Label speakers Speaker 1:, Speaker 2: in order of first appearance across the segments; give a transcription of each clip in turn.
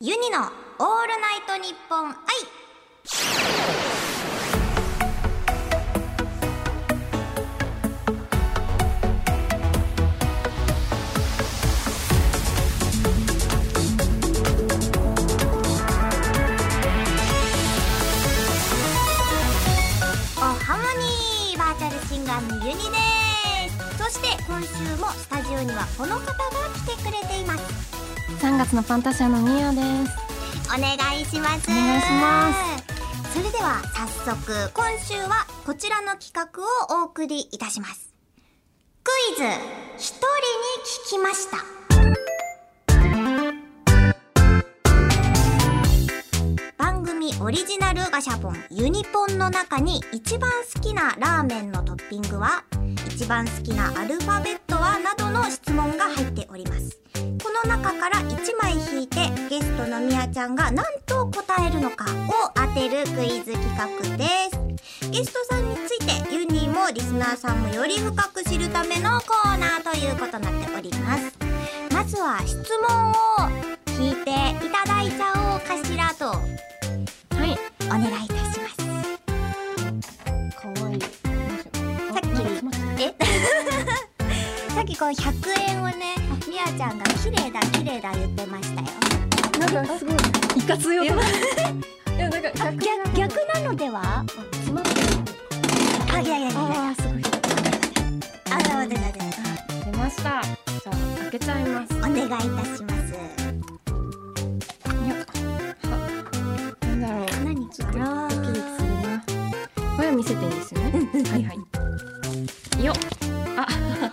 Speaker 1: ユニのオールナイトニッポン愛おハモニーバーチャルシンガーのユニですそして今週もスタジオにはこの方が来てくれています
Speaker 2: 3月のファンタジアのミヤです
Speaker 1: お願いします
Speaker 2: お願いします
Speaker 1: それでは早速今週はこちらの企画をお送りいたしますクイズ一人に聞きました番組オリジナルガシャポンユニポンの中に一番好きなラーメンのトッピングは一番好きなアルファベットはなどの質問が入っておりますこの中から1枚引いてゲストのみやちゃんが何と答えるのかを当てるクイズ企画ですゲストさんについてユニもリスナーさんもより深く知るためのコーナーということになっておりますまずは質問を聞いていただいちゃおうかしらと
Speaker 2: はい
Speaker 1: お願いいたします
Speaker 2: かわいいさ
Speaker 1: っきえ さっきこう100円をねみやちゃんが綺麗だ綺麗だ言ってましたよ
Speaker 2: なんかすごいいかつい音がいやなんか
Speaker 1: あ
Speaker 2: 逆
Speaker 1: 逆逆なのでは
Speaker 2: 詰まってる
Speaker 1: あいやいやいやいや
Speaker 2: あーすごい
Speaker 1: あ、だだだだ。
Speaker 2: 出ましたじゃあ開けちゃいます
Speaker 1: お願いいたします。
Speaker 2: いやはなんだろう
Speaker 1: 何
Speaker 2: ちょっとドキドキするなこれは見せていいんですよねはいはいよっあ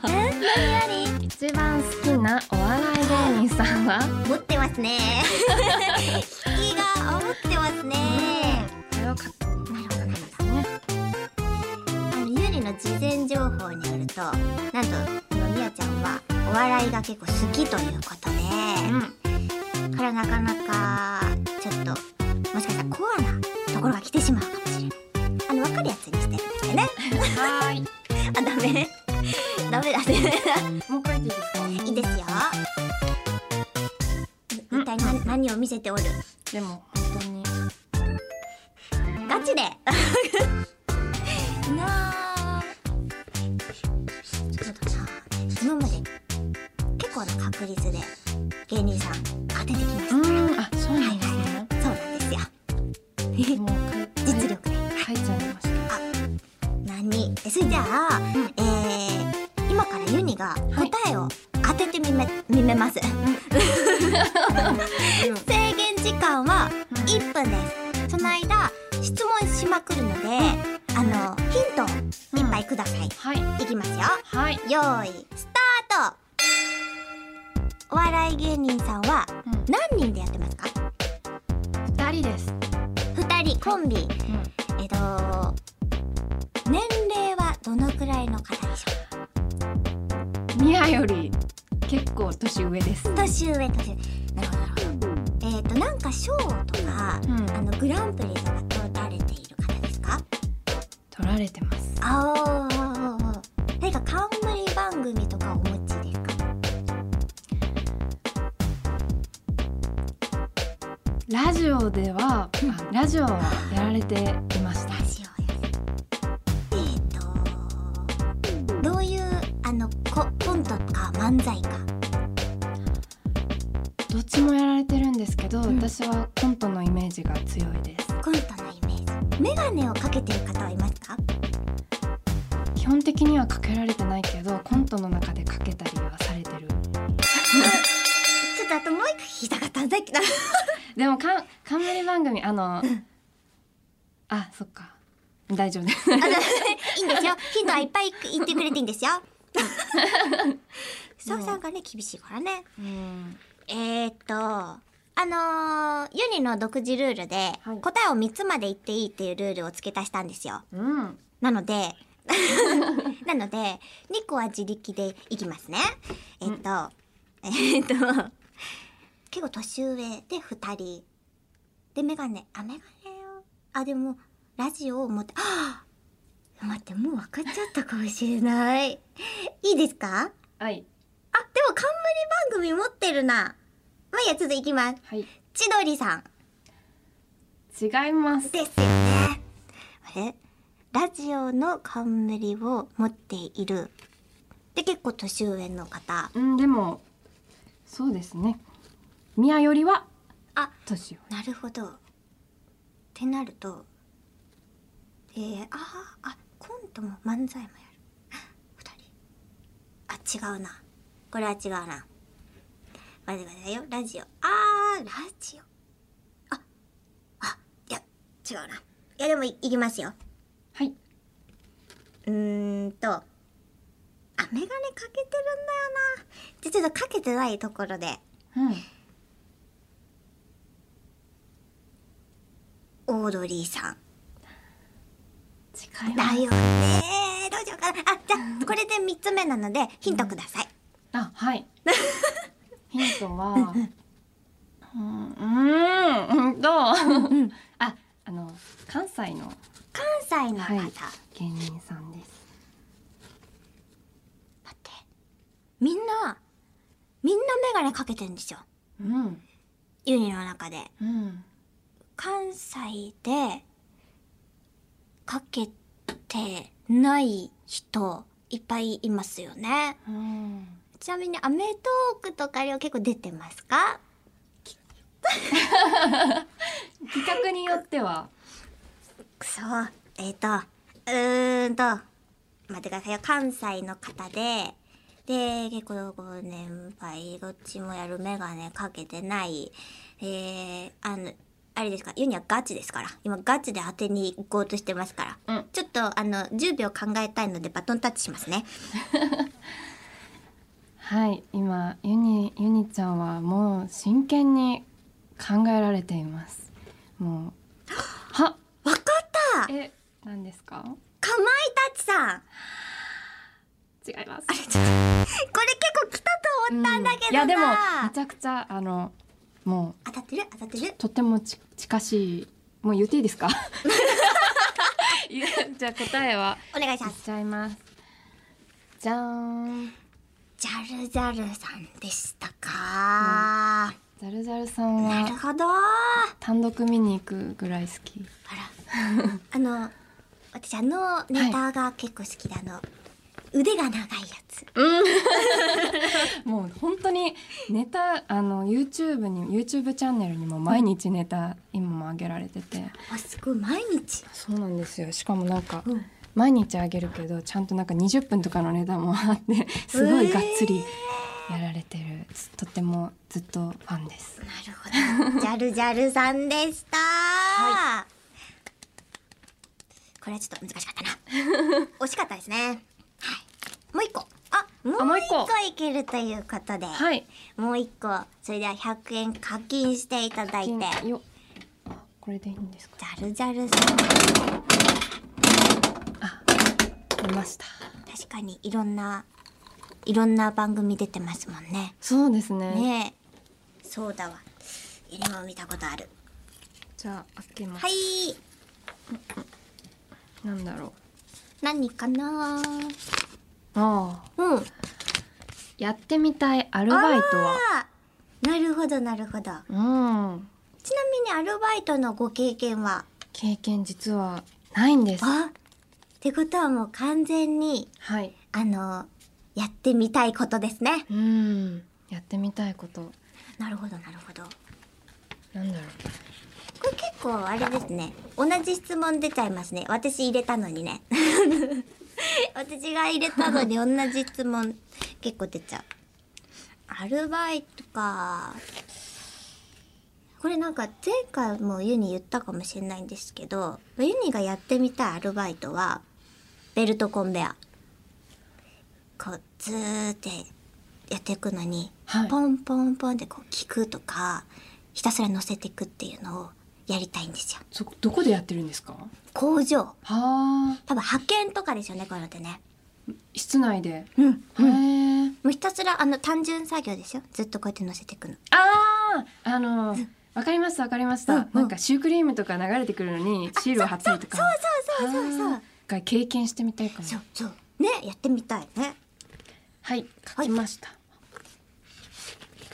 Speaker 1: 何何
Speaker 2: 一番好きなお笑い芸人さんは
Speaker 1: 持ってますね。引きが持ってますね。
Speaker 2: これはか なるほどですね
Speaker 1: あのゆりの事前情報によると、なんとこのみやちゃんはお笑いが結構好きということで、
Speaker 2: う
Speaker 1: これはなかなかちょっともしかしたらコアなところが来てしまうかもしれない。あのわかるやつにしてるんですよね。
Speaker 2: んはーい
Speaker 1: あダ メダメだね。
Speaker 2: もう書いていいですか
Speaker 1: いいですよ。
Speaker 2: うん
Speaker 1: 一体何何を見せておる
Speaker 2: でも本当に
Speaker 1: ガ チでなあちょっとさ今まで結構な確率で芸人さん当ててきましたから
Speaker 2: うんあそう
Speaker 1: は
Speaker 2: ないんです
Speaker 1: はい
Speaker 2: ね
Speaker 1: はいそうなんですよ
Speaker 2: もう書い
Speaker 1: 実力で
Speaker 2: 書いちゃいまし
Speaker 1: 何えそれじゃあ、
Speaker 2: うん
Speaker 1: えー今からユニが答えを当ててみめ,、みめます
Speaker 2: た、
Speaker 1: 制限時間は
Speaker 2: うん
Speaker 1: 1分ですその間質問しまくるのであのヒントをいっぱいください、
Speaker 2: はい
Speaker 1: いきますよ
Speaker 2: はい、
Speaker 1: よーいスタートお笑い芸人さんは
Speaker 2: うん、
Speaker 1: 何人でやってますか
Speaker 2: 2人です、
Speaker 1: 2人コンビえっと年齢はどのくらいの方でしょ
Speaker 2: うん、ミヤより結構年上です
Speaker 1: う年上年上なるほどなるほどえっ、となんか賞とか、
Speaker 2: うん
Speaker 1: あのグランプリとか取られている方ですか
Speaker 2: 取られてます
Speaker 1: ああ、何か冠番組とかお持ちですか。
Speaker 2: ラジオでは、あラジオはやられていました
Speaker 1: ラジオです。えっ、と、どういう、あの、コ、コントか漫才か。
Speaker 2: どっちもやられてるんですけど、
Speaker 1: ん
Speaker 2: 私はコントのイメージが強いです
Speaker 1: コントのイメージ。メガネをかけてる方はいますか。
Speaker 2: 基本的にはかけられてないけどコントの中でかけたりはされてる
Speaker 1: ちょっとあともう一個聞きたかったんだけど。
Speaker 2: でもかん冠番組あのあそっか大丈夫です
Speaker 1: あの いいんですよ。ヒントはいっぱい言ってくれていいんですよ。スタッフさんがね、厳しいからね。
Speaker 2: うん
Speaker 1: えー、っと、あのーユニの独自ルールで、
Speaker 2: はい
Speaker 1: 答えを3つまで言っていいっていうルールを付け足したんですよ。
Speaker 2: うん
Speaker 1: なので、なので、2個は自力でいきますね。えーっと、えーっと、結構年上で2人。で、メガネ、あ、メガネを、あ、でも、ラジオを持って、あ待って、もう分かっちゃったかもしれない。いいですか
Speaker 2: はい
Speaker 1: あ、でも冠番組持ってるな。まあ、いいや、続いきます。
Speaker 2: はい
Speaker 1: 千鳥さん
Speaker 2: 違います
Speaker 1: ですよね。あれラジオの冠を持っている。で、結構年上の方。
Speaker 2: うんでもそうですね宮よりは
Speaker 1: あ、
Speaker 2: 年を
Speaker 1: なるほど。ってなると、えー、あーあ、コントも漫才もやる。 二人。あ、違うな。これは違うな。待て待てよ、ラジオ。あー、ラジオ。あ、あ、いや、違うな。いや、でもい、いきますよ。
Speaker 2: はいう
Speaker 1: ーんと、あ、メガネかけてるんだよな。じゃ、ちょっとかけてないところで、
Speaker 2: うん
Speaker 1: オードリーさん。
Speaker 2: 近い
Speaker 1: だ
Speaker 2: わ
Speaker 1: よねどうしようかな。あ、じゃあ、これで三つ目なので、ヒントください。
Speaker 2: あはい ヒントはうんうーんうんと ああの関西の
Speaker 1: 関西の方。
Speaker 2: はい
Speaker 1: 待って。
Speaker 2: 芸人さんです
Speaker 1: みんな、みんなメガネかけてんですよ。
Speaker 2: うん
Speaker 1: ユニの中で。
Speaker 2: うん
Speaker 1: 関西で、かけてない人、いっぱいいますよね。
Speaker 2: うん
Speaker 1: ちなみに、アメトークとかには結構出てますか
Speaker 2: 企画によっては
Speaker 1: くそ。えっ、と、うーんと、待ってくださいよ。関西の方で、で、結構ご年配、どっちもやるメガネかけてない、えー、あの、あれですか、ユニはガチですから。今ガチで当てに行こうとしてますから。
Speaker 2: うん
Speaker 1: ちょっと、あの、10秒考えたいのでバトンタッチしますね。
Speaker 2: はい今ユニユニちゃんはもう真剣に考えられていますも うは
Speaker 1: わかったかまい
Speaker 2: え何ですか
Speaker 1: たちさん
Speaker 2: 違います
Speaker 1: あれ、ちょっと、これ結構来たと思ったんだけどな、
Speaker 2: うんいやでもめちゃくちゃあのもう
Speaker 1: 当たってる当たってる
Speaker 2: とてもち近しいもう言ってい いですかいやじゃあ答えは
Speaker 1: お願いし
Speaker 2: 言
Speaker 1: ま
Speaker 2: っ
Speaker 1: す。
Speaker 2: ちゃいますじゃーん
Speaker 1: ジャルジャルさんでしたか、
Speaker 2: ザルザルさん
Speaker 1: なる
Speaker 2: は
Speaker 1: ほどあ
Speaker 2: 単独見に行くぐらい好き
Speaker 1: ら あの私あのネタが結構好きで、あの腕が長いやつ
Speaker 2: もう本当にネタあの YouTube に YouTube チャンネルにも毎日ネタ今も上げられてて
Speaker 1: あすごい毎日
Speaker 2: そうなんですよしかもなんか
Speaker 1: うん
Speaker 2: 毎日上げるけどちゃんとなんか20分とかのネタもあって すごいがっつりやられてる、とてもずっとファンです
Speaker 1: なるほど ジャルジャルさんでした、これはちょっと難しかった な惜しかったですねはいもう一個あ
Speaker 2: あ
Speaker 1: も
Speaker 2: も
Speaker 1: う
Speaker 2: う
Speaker 1: 一
Speaker 2: 一
Speaker 1: 個
Speaker 2: 個
Speaker 1: いけるということで、
Speaker 2: はい
Speaker 1: もう一個それでは100円課金していただいて
Speaker 2: よあこれでいいんですか
Speaker 1: ジャルジャルさん
Speaker 2: 見ました
Speaker 1: 確かにいろんないろんな番組出てますもんね
Speaker 2: そうですね
Speaker 1: ねえそうだわ入れも見たことある
Speaker 2: じゃあ開けます、
Speaker 1: はい
Speaker 2: なんだろう
Speaker 1: 何かな
Speaker 2: ああ
Speaker 1: うん
Speaker 2: やってみたいアルバイトは
Speaker 1: あーなるほどなるほど
Speaker 2: うん
Speaker 1: ちなみにアルバイトのご経験は
Speaker 2: 経験実はないんです
Speaker 1: あってことはもう完全に
Speaker 2: はい
Speaker 1: あのやってみたいことですね
Speaker 2: うんやってみたいこと
Speaker 1: なるほどなるほど
Speaker 2: なんだろう
Speaker 1: これ結構あれですね同じ質問出ちゃいますね私入れたのにね 私が入れたのに同じ質問結構出ちゃうアルバイトかこれなんか前回もユニ言ったかもしれないんですけどユニがやってみたいアルバイトはベルトコンベアこうずーってやっていくのに、
Speaker 2: はい
Speaker 1: ポンポンポンってこう聞くとかひたすら乗せていくっていうのをやりたいんですよ
Speaker 2: そどこでやってるんですかは
Speaker 1: 工場
Speaker 2: あ
Speaker 1: 多分派遣とかですよねこういうのってね
Speaker 2: 室内で、
Speaker 1: うん
Speaker 2: へえ
Speaker 1: もうひたすらあの単純作業ですよずっとこうやって乗せていくの
Speaker 2: あああのわかりましたわかりました、
Speaker 1: うんうん
Speaker 2: なんかシュークリームとか流れてくるのにシールを貼ったりとか
Speaker 1: そうそうそうそうそう
Speaker 2: あーが経験してみたいかも
Speaker 1: そうそうねやってみたいね
Speaker 2: はい書きました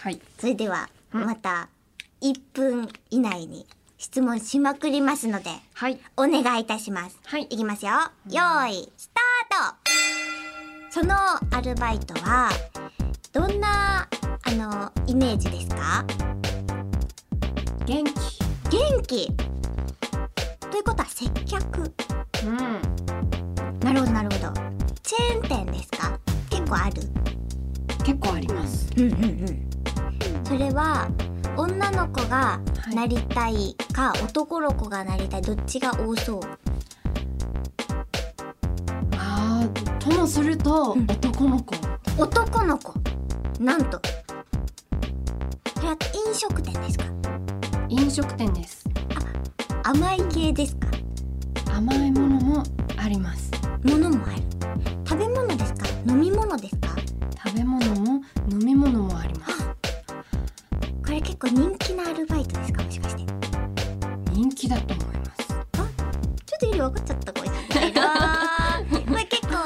Speaker 2: はい
Speaker 1: それではまた1分以内に質問しまくりますので、
Speaker 2: はい
Speaker 1: お願いいたします。
Speaker 2: はい
Speaker 1: いきますよ。よーい、スタートそのアルバイトは、どんな、あの、イメージですか
Speaker 2: 元気
Speaker 1: 元気ということは接客。
Speaker 2: うん
Speaker 1: なるほど、なるほど。チェーン店ですか結構ある
Speaker 2: 結構あります
Speaker 1: うんうんうん。それは、女の子がなりたいか、男の子がなりたい、どっちが多そう
Speaker 2: あーともすると
Speaker 1: うん
Speaker 2: 男の子
Speaker 1: 男の子なんとそれは飲食店ですか
Speaker 2: 飲食店です
Speaker 1: 甘い系ですか
Speaker 2: 甘いものもあります
Speaker 1: 物もある食べ物ですか飲み物ですか
Speaker 2: 食べ物も飲み物もあります
Speaker 1: これ結構人気なアルバイトですかもしかしてちょ
Speaker 2: 人気だと思います
Speaker 1: っとより分かっちゃったこいつ これ結構あ これちょ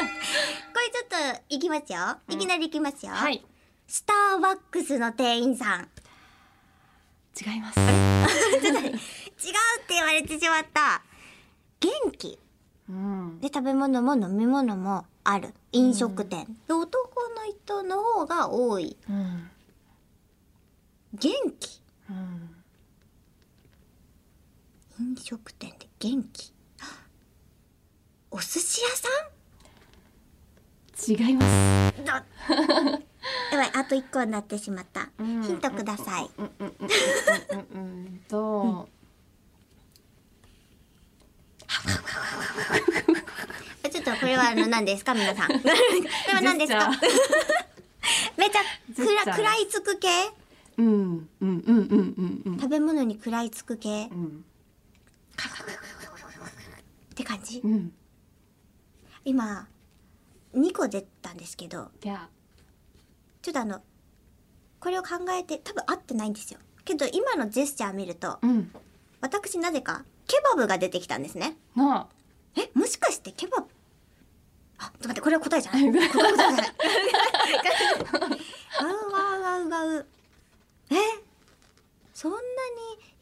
Speaker 1: っといきますよいきなりいきますよ、
Speaker 2: はい
Speaker 1: スターバックスの店員さん違う
Speaker 2: 違います
Speaker 1: って言われてしまった元気
Speaker 2: うん
Speaker 1: で食べ物も飲み物もある飲食店、で男の人の方が多い
Speaker 2: うん
Speaker 1: 元気
Speaker 2: うん
Speaker 1: 飲食店で元気お寿司屋さ
Speaker 2: 違います
Speaker 1: ん だやばいあと一個になってしまった、
Speaker 2: うん
Speaker 1: ヒントください、
Speaker 2: うんうんうんうんうんうんと
Speaker 1: ちょっとこれはあの 何ですか皆さんこれは何ですか
Speaker 2: ジェスチャー
Speaker 1: めちゃ
Speaker 2: ジェスチャー
Speaker 1: くら食らいつく系
Speaker 2: うんうんうんうんうんうん
Speaker 1: 食べ物に食らいつく系っ
Speaker 2: うん
Speaker 1: て感じ
Speaker 2: うん
Speaker 1: 今2個出たんですけど
Speaker 2: いや
Speaker 1: ちょっとあのこれを考えて多分合ってないんですよけど今のジェスチャー見ると
Speaker 2: うん
Speaker 1: 私なぜかケバブが出てきたんですね
Speaker 2: な
Speaker 1: えもしかしてケバブあちょっと待ってこれは答えじゃない答え答えじゃないわうわうわうわうえそんな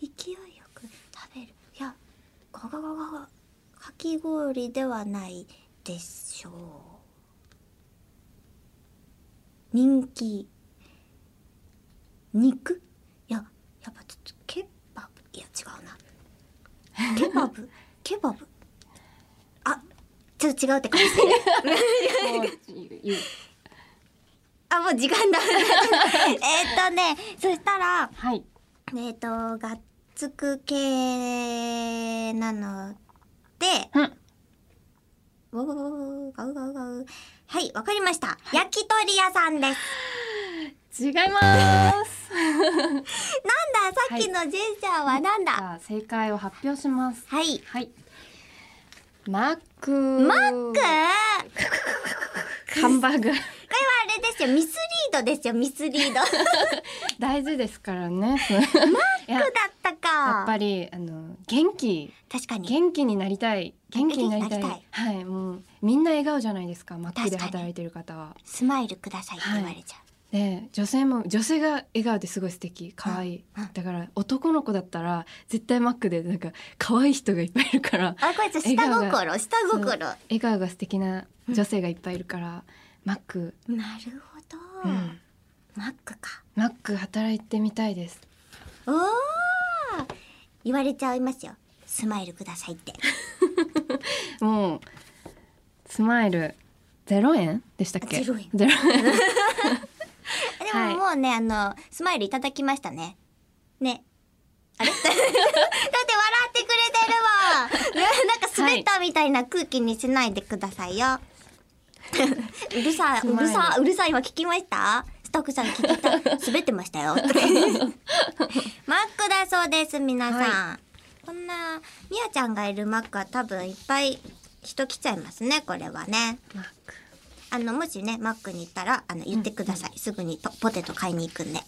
Speaker 1: に勢いよく食べるいやガガガガガかき氷ではないでしょう人気肉いややっぱちょっとケバブいや違うなケバブケバブあちょっと違うって 感じする
Speaker 2: あもう言う
Speaker 1: あもう時 間だえっとねそしたら
Speaker 2: はい
Speaker 1: えっ、とがっつく系なので
Speaker 2: うん
Speaker 1: わわわわわガウガウガウはいわかりました、焼き鳥屋さんです
Speaker 2: 違います
Speaker 1: なんださっきのジェスチャーはなんだ、
Speaker 2: じゃあ正解を発表します
Speaker 1: はい
Speaker 2: はいマック
Speaker 1: マック これは
Speaker 2: ハンバーグ
Speaker 1: あれですよミスリードですよミスリードマック
Speaker 2: 大事ですからねいや
Speaker 1: だったか
Speaker 2: やっぱりあの元気
Speaker 1: 確かに
Speaker 2: 元気になりたい元気になりた
Speaker 1: 元
Speaker 2: い
Speaker 1: 気になり
Speaker 2: はいもうみんな笑顔じゃないですかマックで
Speaker 1: 確かに
Speaker 2: 働いてる方は
Speaker 1: スマイルくださいって言われちゃ
Speaker 2: で女性も女性が笑顔ですごい素敵可愛い
Speaker 1: うんうん
Speaker 2: だから男の子だったら絶対マックでなんか可愛い人がいっぱいいるから
Speaker 1: う、あこいつ下
Speaker 2: 笑顔
Speaker 1: 心下心
Speaker 2: そう
Speaker 1: な
Speaker 2: 笑顔が素敵な女性がいっぱいいるからマック、
Speaker 1: るほど、
Speaker 2: うん、
Speaker 1: マックか
Speaker 2: マック働いてみたいです
Speaker 1: おー言われちゃいますよスマイルくださいって
Speaker 2: もうスマイルゼロ円でしたっけ
Speaker 1: ゼロ円
Speaker 2: ゼロ円
Speaker 1: でも、
Speaker 2: はい
Speaker 1: もうねあのスマイルいただきましたねねあれ だって笑ってくれてるわ、ね、なんか滑ったみたいな空気にしないでくださいよ、 うるさい
Speaker 2: ス
Speaker 1: う
Speaker 2: マイル
Speaker 1: るさいうるさい今聞きましたスタッフさん聞いた滑ってました よマックだそうです皆さん、
Speaker 2: は
Speaker 1: こんなみやちゃんがいるマックは多分いっぱい人来ちゃいますねこれはね
Speaker 2: マック
Speaker 1: あのもしねマックに行ったらあの言ってください、すぐにとポテト買いに行くんで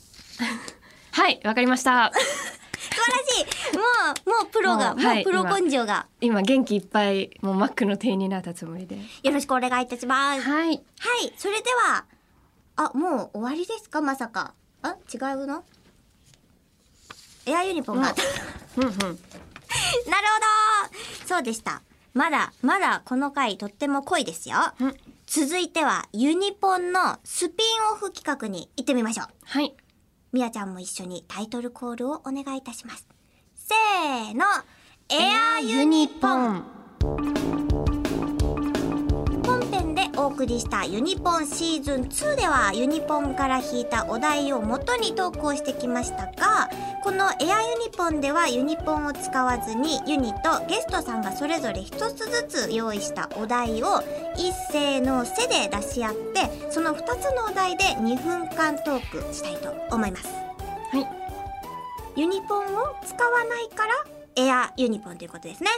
Speaker 2: はいわかりました
Speaker 1: 素晴らしいもうもうプロが
Speaker 2: も
Speaker 1: も
Speaker 2: う
Speaker 1: う,、
Speaker 2: はい
Speaker 1: プロ根性が
Speaker 2: 今元気いっぱいもうマックの店員になったつもりで
Speaker 1: よろしくお願いいたしますはい、
Speaker 2: はい
Speaker 1: それではあもう終わりですかまさかあ違うのエアユニフォー ムがあった。
Speaker 2: うんうん。
Speaker 1: なるほどそうでした。まだ、まだこの回とっても濃いですよ。
Speaker 2: うん
Speaker 1: 続いてはユニポンのスピンオフ企画に行ってみましょう。
Speaker 2: はい。
Speaker 1: みやちゃんも一緒にタイトルコールをお願いいたします。せーのエアユニポン本編でお送りしたユニポンシーズン2ではユニポンから引いたお題を元に投稿してきましたがこのエアユニポンではユニポンを使わずにユニとゲストさんがそれぞれ一つずつ用意したお題を一斉のせで出し合ってその2つのお題で2分間トークしたいと思います
Speaker 2: はい。
Speaker 1: ユニポンを使わないからエアユニポンということですね。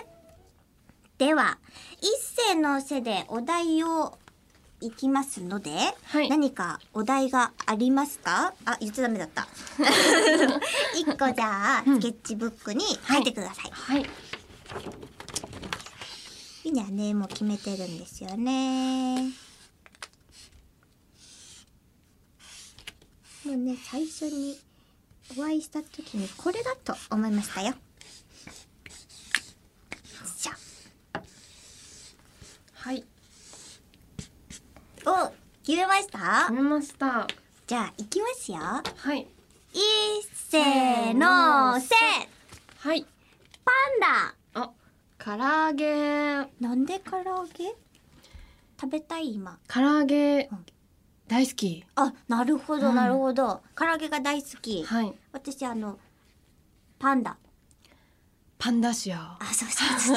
Speaker 1: では、一斉のせでお題をいきますので、
Speaker 2: はい
Speaker 1: 何かお題がありますかあ、言っちゃダメだ った。一個じゃあ、スケッチブックに書いてください。
Speaker 2: はい。
Speaker 1: みんなね、もう決めてるんですよね。もうね、最初にお会いした時にこれだと思いましたよ。よっしゃ。
Speaker 2: はい。
Speaker 1: お、決めました
Speaker 2: 決めました。
Speaker 1: じゃあ、行きますよ。
Speaker 2: はい。
Speaker 1: いっせーのせ
Speaker 2: はい。
Speaker 1: パンダ
Speaker 2: あ、唐揚げ。
Speaker 1: なんで唐揚げ食べたい今。
Speaker 2: 唐揚げ
Speaker 1: うん
Speaker 2: 大好き。
Speaker 1: あ、なるほど、なるほど。唐揚げが大好き。
Speaker 2: はい。
Speaker 1: 私、あの、パンダ。
Speaker 2: パンダシ ア。
Speaker 1: あ、そうそうそうそう。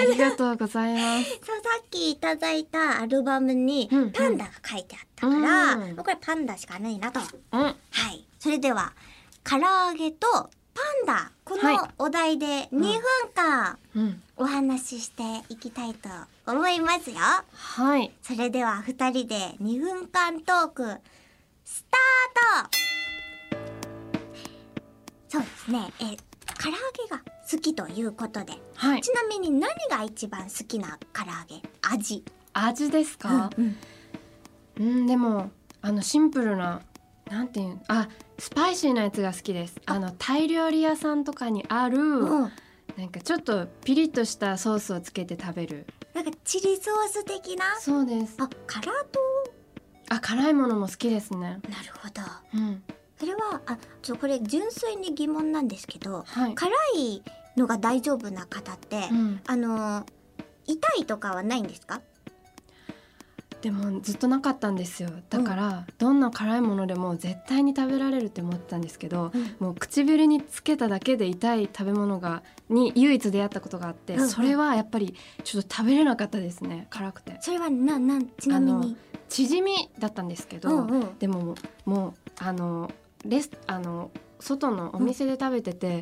Speaker 2: ありがとうございます。
Speaker 1: そうさっきいただいたアルバムに
Speaker 2: うん
Speaker 1: パンダが書いてあったから、
Speaker 2: うん
Speaker 1: これパンダしかないなと。は
Speaker 2: うん。
Speaker 1: い。それでは、唐揚げとパンダ、こ
Speaker 2: はい
Speaker 1: のお題で2分間
Speaker 2: うん。
Speaker 1: お話ししていきたいと思いますよ。
Speaker 2: はい。
Speaker 1: それでは2人で2分間トーク、スタートそうですね。え、唐揚げが好きということで、
Speaker 2: はい。
Speaker 1: ちなみに何が一番好きな唐揚げ味
Speaker 2: 味ですか。
Speaker 1: うんうん
Speaker 2: うん、でも、あのシンプルな。なんていうのあ、スパイシーなやつが好きです。あのタイ料理屋さんとかにある。
Speaker 1: うん、
Speaker 2: なんかちょっとピリッとしたソースをつけて食べる。
Speaker 1: なんかチリソース的な
Speaker 2: そうです。
Speaker 1: あカラーと
Speaker 2: あ、辛いものも好きですね。
Speaker 1: なるほど
Speaker 2: うん。
Speaker 1: それはあちょこれ純粋に疑問なんですけど
Speaker 2: はい。
Speaker 1: 辛いのが大丈夫な方って、
Speaker 2: うん。
Speaker 1: あの痛いとかはないんですか
Speaker 2: でもずっとなかったんですよだから、どんな辛いものでも絶対に食べられるって思ってたんですけど、もう唇につけただけで痛い食べ物がに唯一出会ったことがあって、
Speaker 1: うんうん
Speaker 2: それはやっぱりちょっと食べれなかったですね辛くて
Speaker 1: それはななんちなみに
Speaker 2: チヂミだったんですけど、
Speaker 1: うんうん
Speaker 2: でももうもうあのレスあの外のお店で食べてて、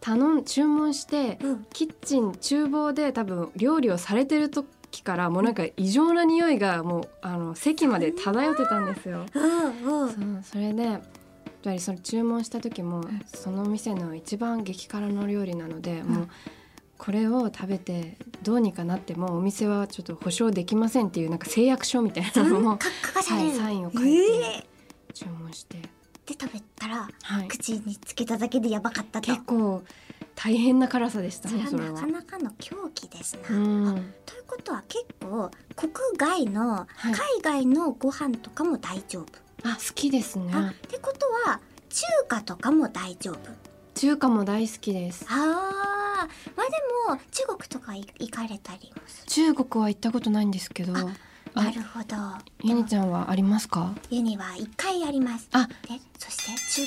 Speaker 2: 頼ん注文して、
Speaker 1: うん
Speaker 2: キッチン厨房で多分料理をされてる時からもうなんか異常な匂いがもうあの席まで漂ってたんですよ。
Speaker 1: うんう
Speaker 2: そ
Speaker 1: ん
Speaker 2: うそれでやっぱりその注文した時もその店の一番激辛の料理なので、もうこれを食べてどうにかなってもお店はちょっと保証できませんっていうなんか誓約書みたいなのも
Speaker 1: か書かされる、
Speaker 2: はいサインを書いて
Speaker 1: えー
Speaker 2: 注文して、
Speaker 1: で食べたら
Speaker 2: はい、
Speaker 1: 口につけただけでやばかったと
Speaker 2: 結構大変な辛さでした
Speaker 1: それ
Speaker 2: ね
Speaker 1: は
Speaker 2: それ
Speaker 1: な
Speaker 2: は
Speaker 1: か。なかの狂気ですな、
Speaker 2: うん
Speaker 1: ということは結構国外の
Speaker 2: はい
Speaker 1: 海外のご飯とかも大丈夫、
Speaker 2: あ好きですね。
Speaker 1: あってことは中華とかも大丈夫
Speaker 2: 中華も大好きです。
Speaker 1: あーまあでも中国とかい行かれたりもす
Speaker 2: 中国は行ったことないんですけど、
Speaker 1: るなるほど
Speaker 2: ゆにちゃんはありますか？
Speaker 1: ユニは一回あります
Speaker 2: あ
Speaker 1: でそし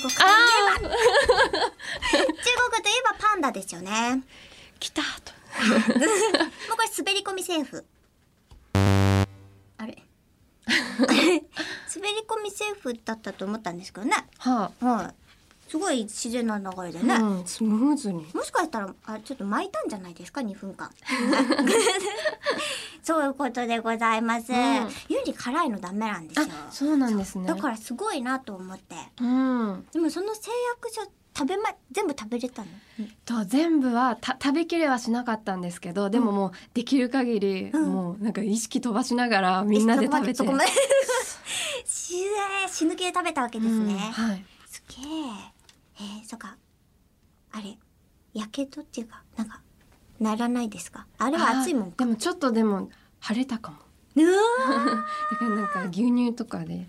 Speaker 1: て中国といえば中国といえばパンダですよねも
Speaker 2: 来たと。
Speaker 1: うこれ滑り込みセーフあれ 滑り込みセーフだったと思ったんですけどね
Speaker 2: は
Speaker 1: はい。すごい自然な流れで
Speaker 2: あ、
Speaker 1: ね。
Speaker 2: うん、スムーズに。
Speaker 1: もしかしたら、あ、ちょっと巻いたんじゃないですか、2分 間。そういうことでございます。
Speaker 2: うん
Speaker 1: ユニ辛いのダメなんですよ。
Speaker 2: あ、そうなんですね。
Speaker 1: だからすごいなと思って。
Speaker 2: ら、うん、
Speaker 1: でもその誓約書、食べま、全部食べれたの、
Speaker 2: と全部はた食べきれはしなかったんですけど、でももうできる限り、
Speaker 1: うん
Speaker 2: もうなんか意識飛ばしながらみんなで食べて。
Speaker 1: そこまで。そこ まで死 ぬ死ぬ気で食べたわけですね。
Speaker 2: うんはい。
Speaker 1: すげえ。えー、そっか。あれやけどっていうかなんかならないですかあれは暑いもん
Speaker 2: あーでもちょっとでも晴れたかも
Speaker 1: うわ
Speaker 2: だからなんか牛乳とかで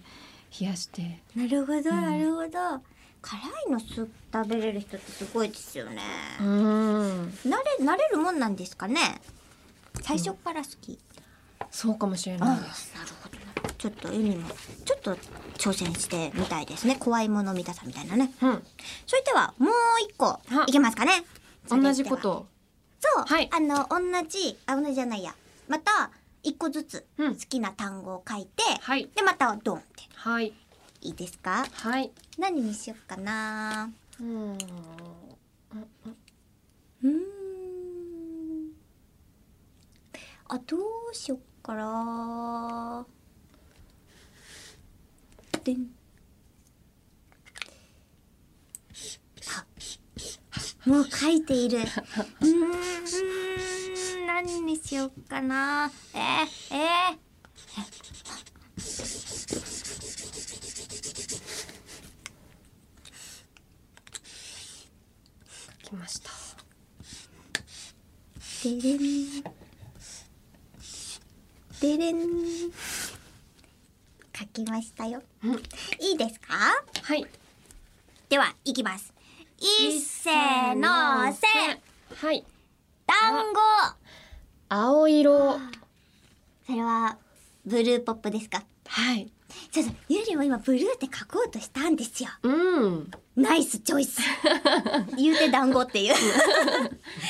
Speaker 2: 冷やして
Speaker 1: ー なるほどなるほど、辛いのす食べれる人ってすごいですよね、
Speaker 2: うん
Speaker 1: 慣れ慣れるもんなんですかね最初から好き、
Speaker 2: そうかもしれ
Speaker 1: あ
Speaker 2: ないです
Speaker 1: なるほどなるほどちょっとユニもちょっと挑戦してみたいですね怖いもの見たさみたいなね
Speaker 2: うん
Speaker 1: それではもう一個いけますかね
Speaker 2: 同じこ
Speaker 1: それでは
Speaker 2: と
Speaker 1: そう、
Speaker 2: はい
Speaker 1: あの同じあ同じじゃないやまた一個ずつ
Speaker 2: う
Speaker 1: 好
Speaker 2: ん
Speaker 1: きな単語を書いて、
Speaker 2: はい
Speaker 1: でまたドンって
Speaker 2: はい
Speaker 1: いいですか
Speaker 2: はい
Speaker 1: 何にしよっかな
Speaker 2: うん
Speaker 1: うーんあどうしよっかなでんあもう書いているうーん何にしよっかなえー、えー
Speaker 2: 来ました
Speaker 1: でれんでれん書きましたよ
Speaker 2: うん
Speaker 1: いいですか
Speaker 2: はい
Speaker 1: ではいきますいっせのせ
Speaker 2: はい
Speaker 1: 団子
Speaker 2: 青色
Speaker 1: それはブルーポップですか
Speaker 2: はい
Speaker 1: そうそうゆりも今ブルーって書こうとしたんですよ
Speaker 2: うん
Speaker 1: ナイスチョイ ス言うて団子っていう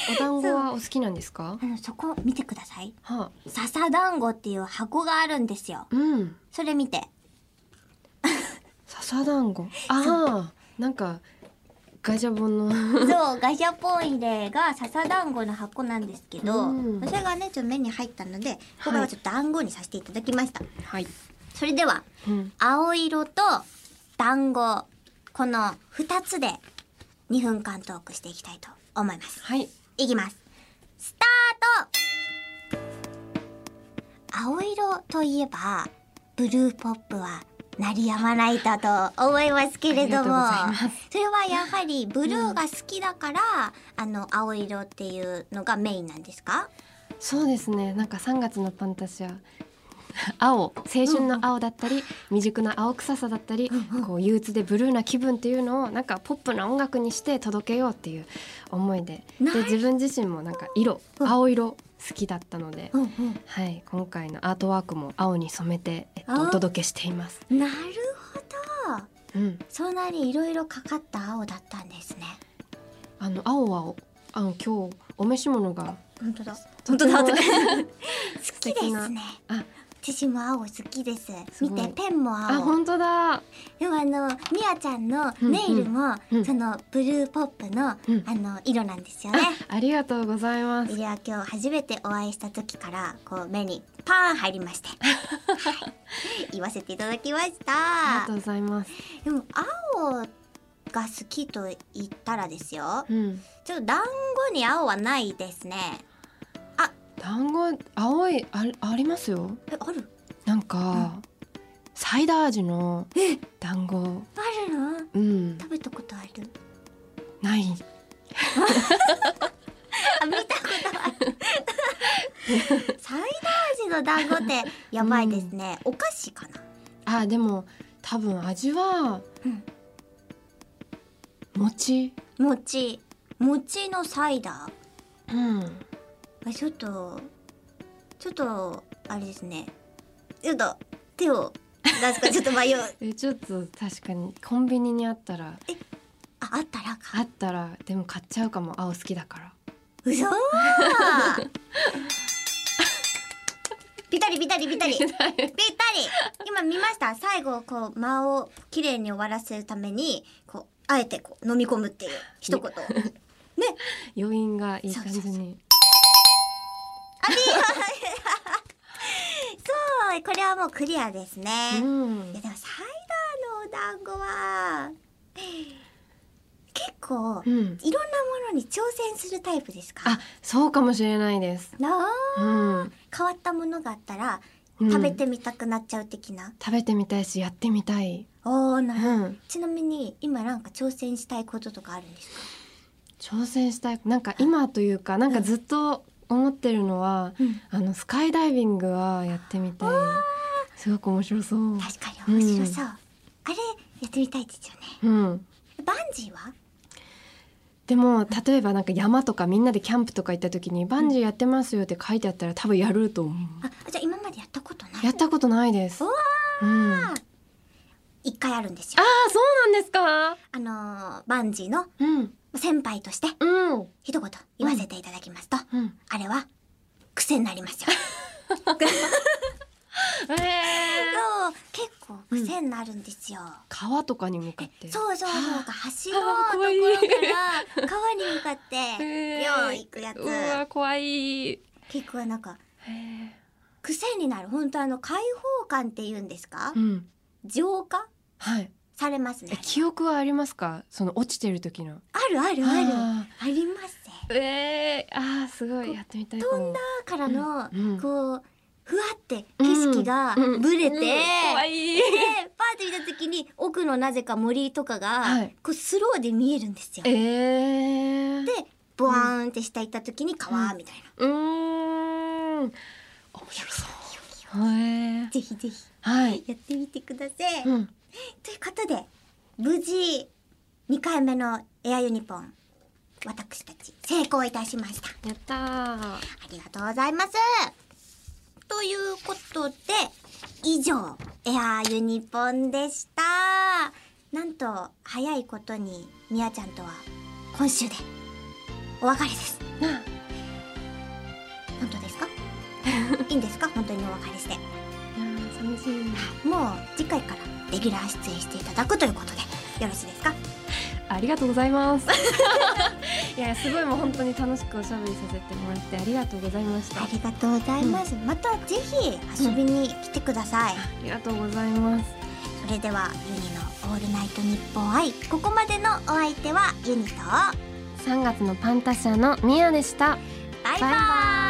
Speaker 2: お団子はお好きなんですか
Speaker 1: あのそこ見てください
Speaker 2: は
Speaker 1: 笹団子っていう箱があるんですよ
Speaker 2: うん
Speaker 1: それ見て
Speaker 2: 笹団子ああなんかガジャボンの
Speaker 1: そうガシャポン入れが笹団子の箱なんですけど、
Speaker 2: うん
Speaker 1: それがねちょっと目に入ったのでこれはちょっと団子にさせていただきました、
Speaker 2: はい
Speaker 1: それでは
Speaker 2: うん
Speaker 1: 青色と団子この2つで2分間トークしていきたいと思います
Speaker 2: はい
Speaker 1: いきますスタート青色といえばブルーポップは鳴りやまないだと思いますけれども
Speaker 2: ありがとうございま
Speaker 1: それはやはりブルーが好きだから、あの青色っていうのがメインなんですか
Speaker 2: そうですねなんか3月のパンタシは 青青春の青だったり、未熟な青臭さだったり、こう憂鬱でブルーな気分っていうのをなんかポップな音楽にして届けようっていう思いでで
Speaker 1: なるほど
Speaker 2: 自分自身もなんか色
Speaker 1: うん
Speaker 2: 青色好きだったので、
Speaker 1: うん
Speaker 2: はい、今回のアートワークも青に染めて、えっ
Speaker 1: あ
Speaker 2: と、お届けしています。
Speaker 1: うんなるほど
Speaker 2: うん、
Speaker 1: そんなにいろいろかかった青だったんですね
Speaker 2: あの青はおあの今日お召し物が
Speaker 1: 本当だ
Speaker 2: 本当だ
Speaker 1: 好き
Speaker 2: 敵
Speaker 1: で
Speaker 2: な
Speaker 1: すね
Speaker 2: あ
Speaker 1: 私も青好きです
Speaker 2: す
Speaker 1: 見
Speaker 2: ごい
Speaker 1: てペンも
Speaker 2: あ
Speaker 1: 青
Speaker 2: 本当だ
Speaker 1: でもあのみやちゃんのネイルも、
Speaker 2: うんうん
Speaker 1: そのブルーポップの、
Speaker 2: うん
Speaker 1: あの色なんですよね。
Speaker 2: ありがとうございます
Speaker 1: いや今日初めてお会いした時からこう目にパーン入りま して、はい、言わせていただきまし
Speaker 2: ありが
Speaker 1: た
Speaker 2: とうございます
Speaker 1: でも青が好きと言ったらですよ
Speaker 2: うん
Speaker 1: ちょっと団子に青はないですね
Speaker 2: 団子青いあありますよ
Speaker 1: えある
Speaker 2: なんか、サイダー味の団子
Speaker 1: あるの
Speaker 2: うん
Speaker 1: 食べたことある
Speaker 2: ない
Speaker 1: あ見たことあるサイダー味の団子ってやばいですね、お菓子かな
Speaker 2: あでも多分味は、
Speaker 1: うん
Speaker 2: 餅
Speaker 1: 餅餅のサイダ
Speaker 2: うん
Speaker 1: ーあちょっとちょっとあれですねちょっと手を出すかちょっと迷う
Speaker 2: えちょっと確かにコンビニにあったら
Speaker 1: ああったらか
Speaker 2: あったらでも買っちゃうかも青好きだから
Speaker 1: うそーピタリピタリピタリぴったり今見ました最後こう間を綺麗に終わらせるためにこうあえてこう飲み込むっていう一言
Speaker 2: 余韻がいい感じに
Speaker 1: そうそそうこれはもうクリアですね、
Speaker 2: うん
Speaker 1: いやでもサイダーのお団子は結構い
Speaker 2: うん
Speaker 1: ろんなものに挑戦するタイプですか
Speaker 2: あそうかもしれないです
Speaker 1: なあ
Speaker 2: うん
Speaker 1: 変わったものがあったら
Speaker 2: うん
Speaker 1: 食べてみたくなっちゃう的な、
Speaker 2: 食べてみたいしやってみたい
Speaker 1: おーな
Speaker 2: う
Speaker 1: るほど
Speaker 2: ん
Speaker 1: ちなみに今なんか挑戦したいこととかあるんですか
Speaker 2: 挑戦したいなんか今というかなんかずっと思ってるのは、
Speaker 1: うん
Speaker 2: あのスカイダイビングはやってみたいすごく面白そう、
Speaker 1: 確かに面白そう、あれやってみたいですよね
Speaker 2: うん、
Speaker 1: バンジーは
Speaker 2: でも例えばなんか山とかみんなでキャンプとか行った時にバンジーやってますよって書いてあったら多分やると思う
Speaker 1: あじゃあ今までやったことない
Speaker 2: やったことないです
Speaker 1: うわ
Speaker 2: うん、あ
Speaker 1: 一回あるんです
Speaker 2: あ
Speaker 1: よ
Speaker 2: そうなんですか
Speaker 1: あのーバンジーの
Speaker 2: うん
Speaker 1: 先輩として
Speaker 2: うん
Speaker 1: 一言言わせていただきますと、
Speaker 2: うん
Speaker 1: あれは癖になります よ
Speaker 2: えー、
Speaker 1: そう結構癖になるんですよ、
Speaker 2: 川とかに向かって
Speaker 1: そうそうそう橋の
Speaker 2: あ
Speaker 1: とこ
Speaker 2: ー怖い
Speaker 1: ろから川に向か って
Speaker 2: えー
Speaker 1: よう行くやつ
Speaker 2: うわ怖いへ
Speaker 1: 結構なんか
Speaker 2: ー
Speaker 1: 癖になる本当あの開放感って言うんですか、
Speaker 2: うん
Speaker 1: 浄化
Speaker 2: はい
Speaker 1: されますね
Speaker 2: え記憶はありますかその落ちてる時の
Speaker 1: あるあるあるあ
Speaker 2: あ
Speaker 1: りますね
Speaker 2: ーえー、あーすごいやってみたいかも
Speaker 1: だからの、
Speaker 2: うんうん
Speaker 1: こうふわって景色が
Speaker 2: うん
Speaker 1: ぶれて、
Speaker 2: うん怖い
Speaker 1: でパーって見た時に奥のなぜか森とかが、
Speaker 2: はい
Speaker 1: こうスローで見えるんですよ。
Speaker 2: え
Speaker 1: で
Speaker 2: ー、
Speaker 1: ボワーンって下行った時に川みたいな。
Speaker 2: うーん面白そうへえ
Speaker 1: ぜひぜひ
Speaker 2: はい
Speaker 1: やってみてください。
Speaker 2: うん
Speaker 1: ということで無事2回目のエアユニポン私たち成功いたしました。
Speaker 2: やったー
Speaker 1: ありがとうございます。ということで、以上、エアーユニポンでした。なんと、早いことに、みやちゃんとは、今週で、お別れです。
Speaker 2: な
Speaker 1: 本当ですかいいんですか本当にお別れして。
Speaker 2: 寂しい
Speaker 1: もう、次回から、レギュラー出演していただくということで、よろしいですか
Speaker 2: ありがとうございますいやすごいもう本当に楽しくおしゃべりさせてもらってありがとうございました
Speaker 1: ありがとうございます。また、ぜひ、遊びに来てください。
Speaker 2: ありがとうございます
Speaker 1: それではユニの「オールナイトニッポン愛」ここまでのお相手はユニと
Speaker 2: 3月のパンタ社のミヤでした
Speaker 1: バイバ
Speaker 2: バイ
Speaker 1: イ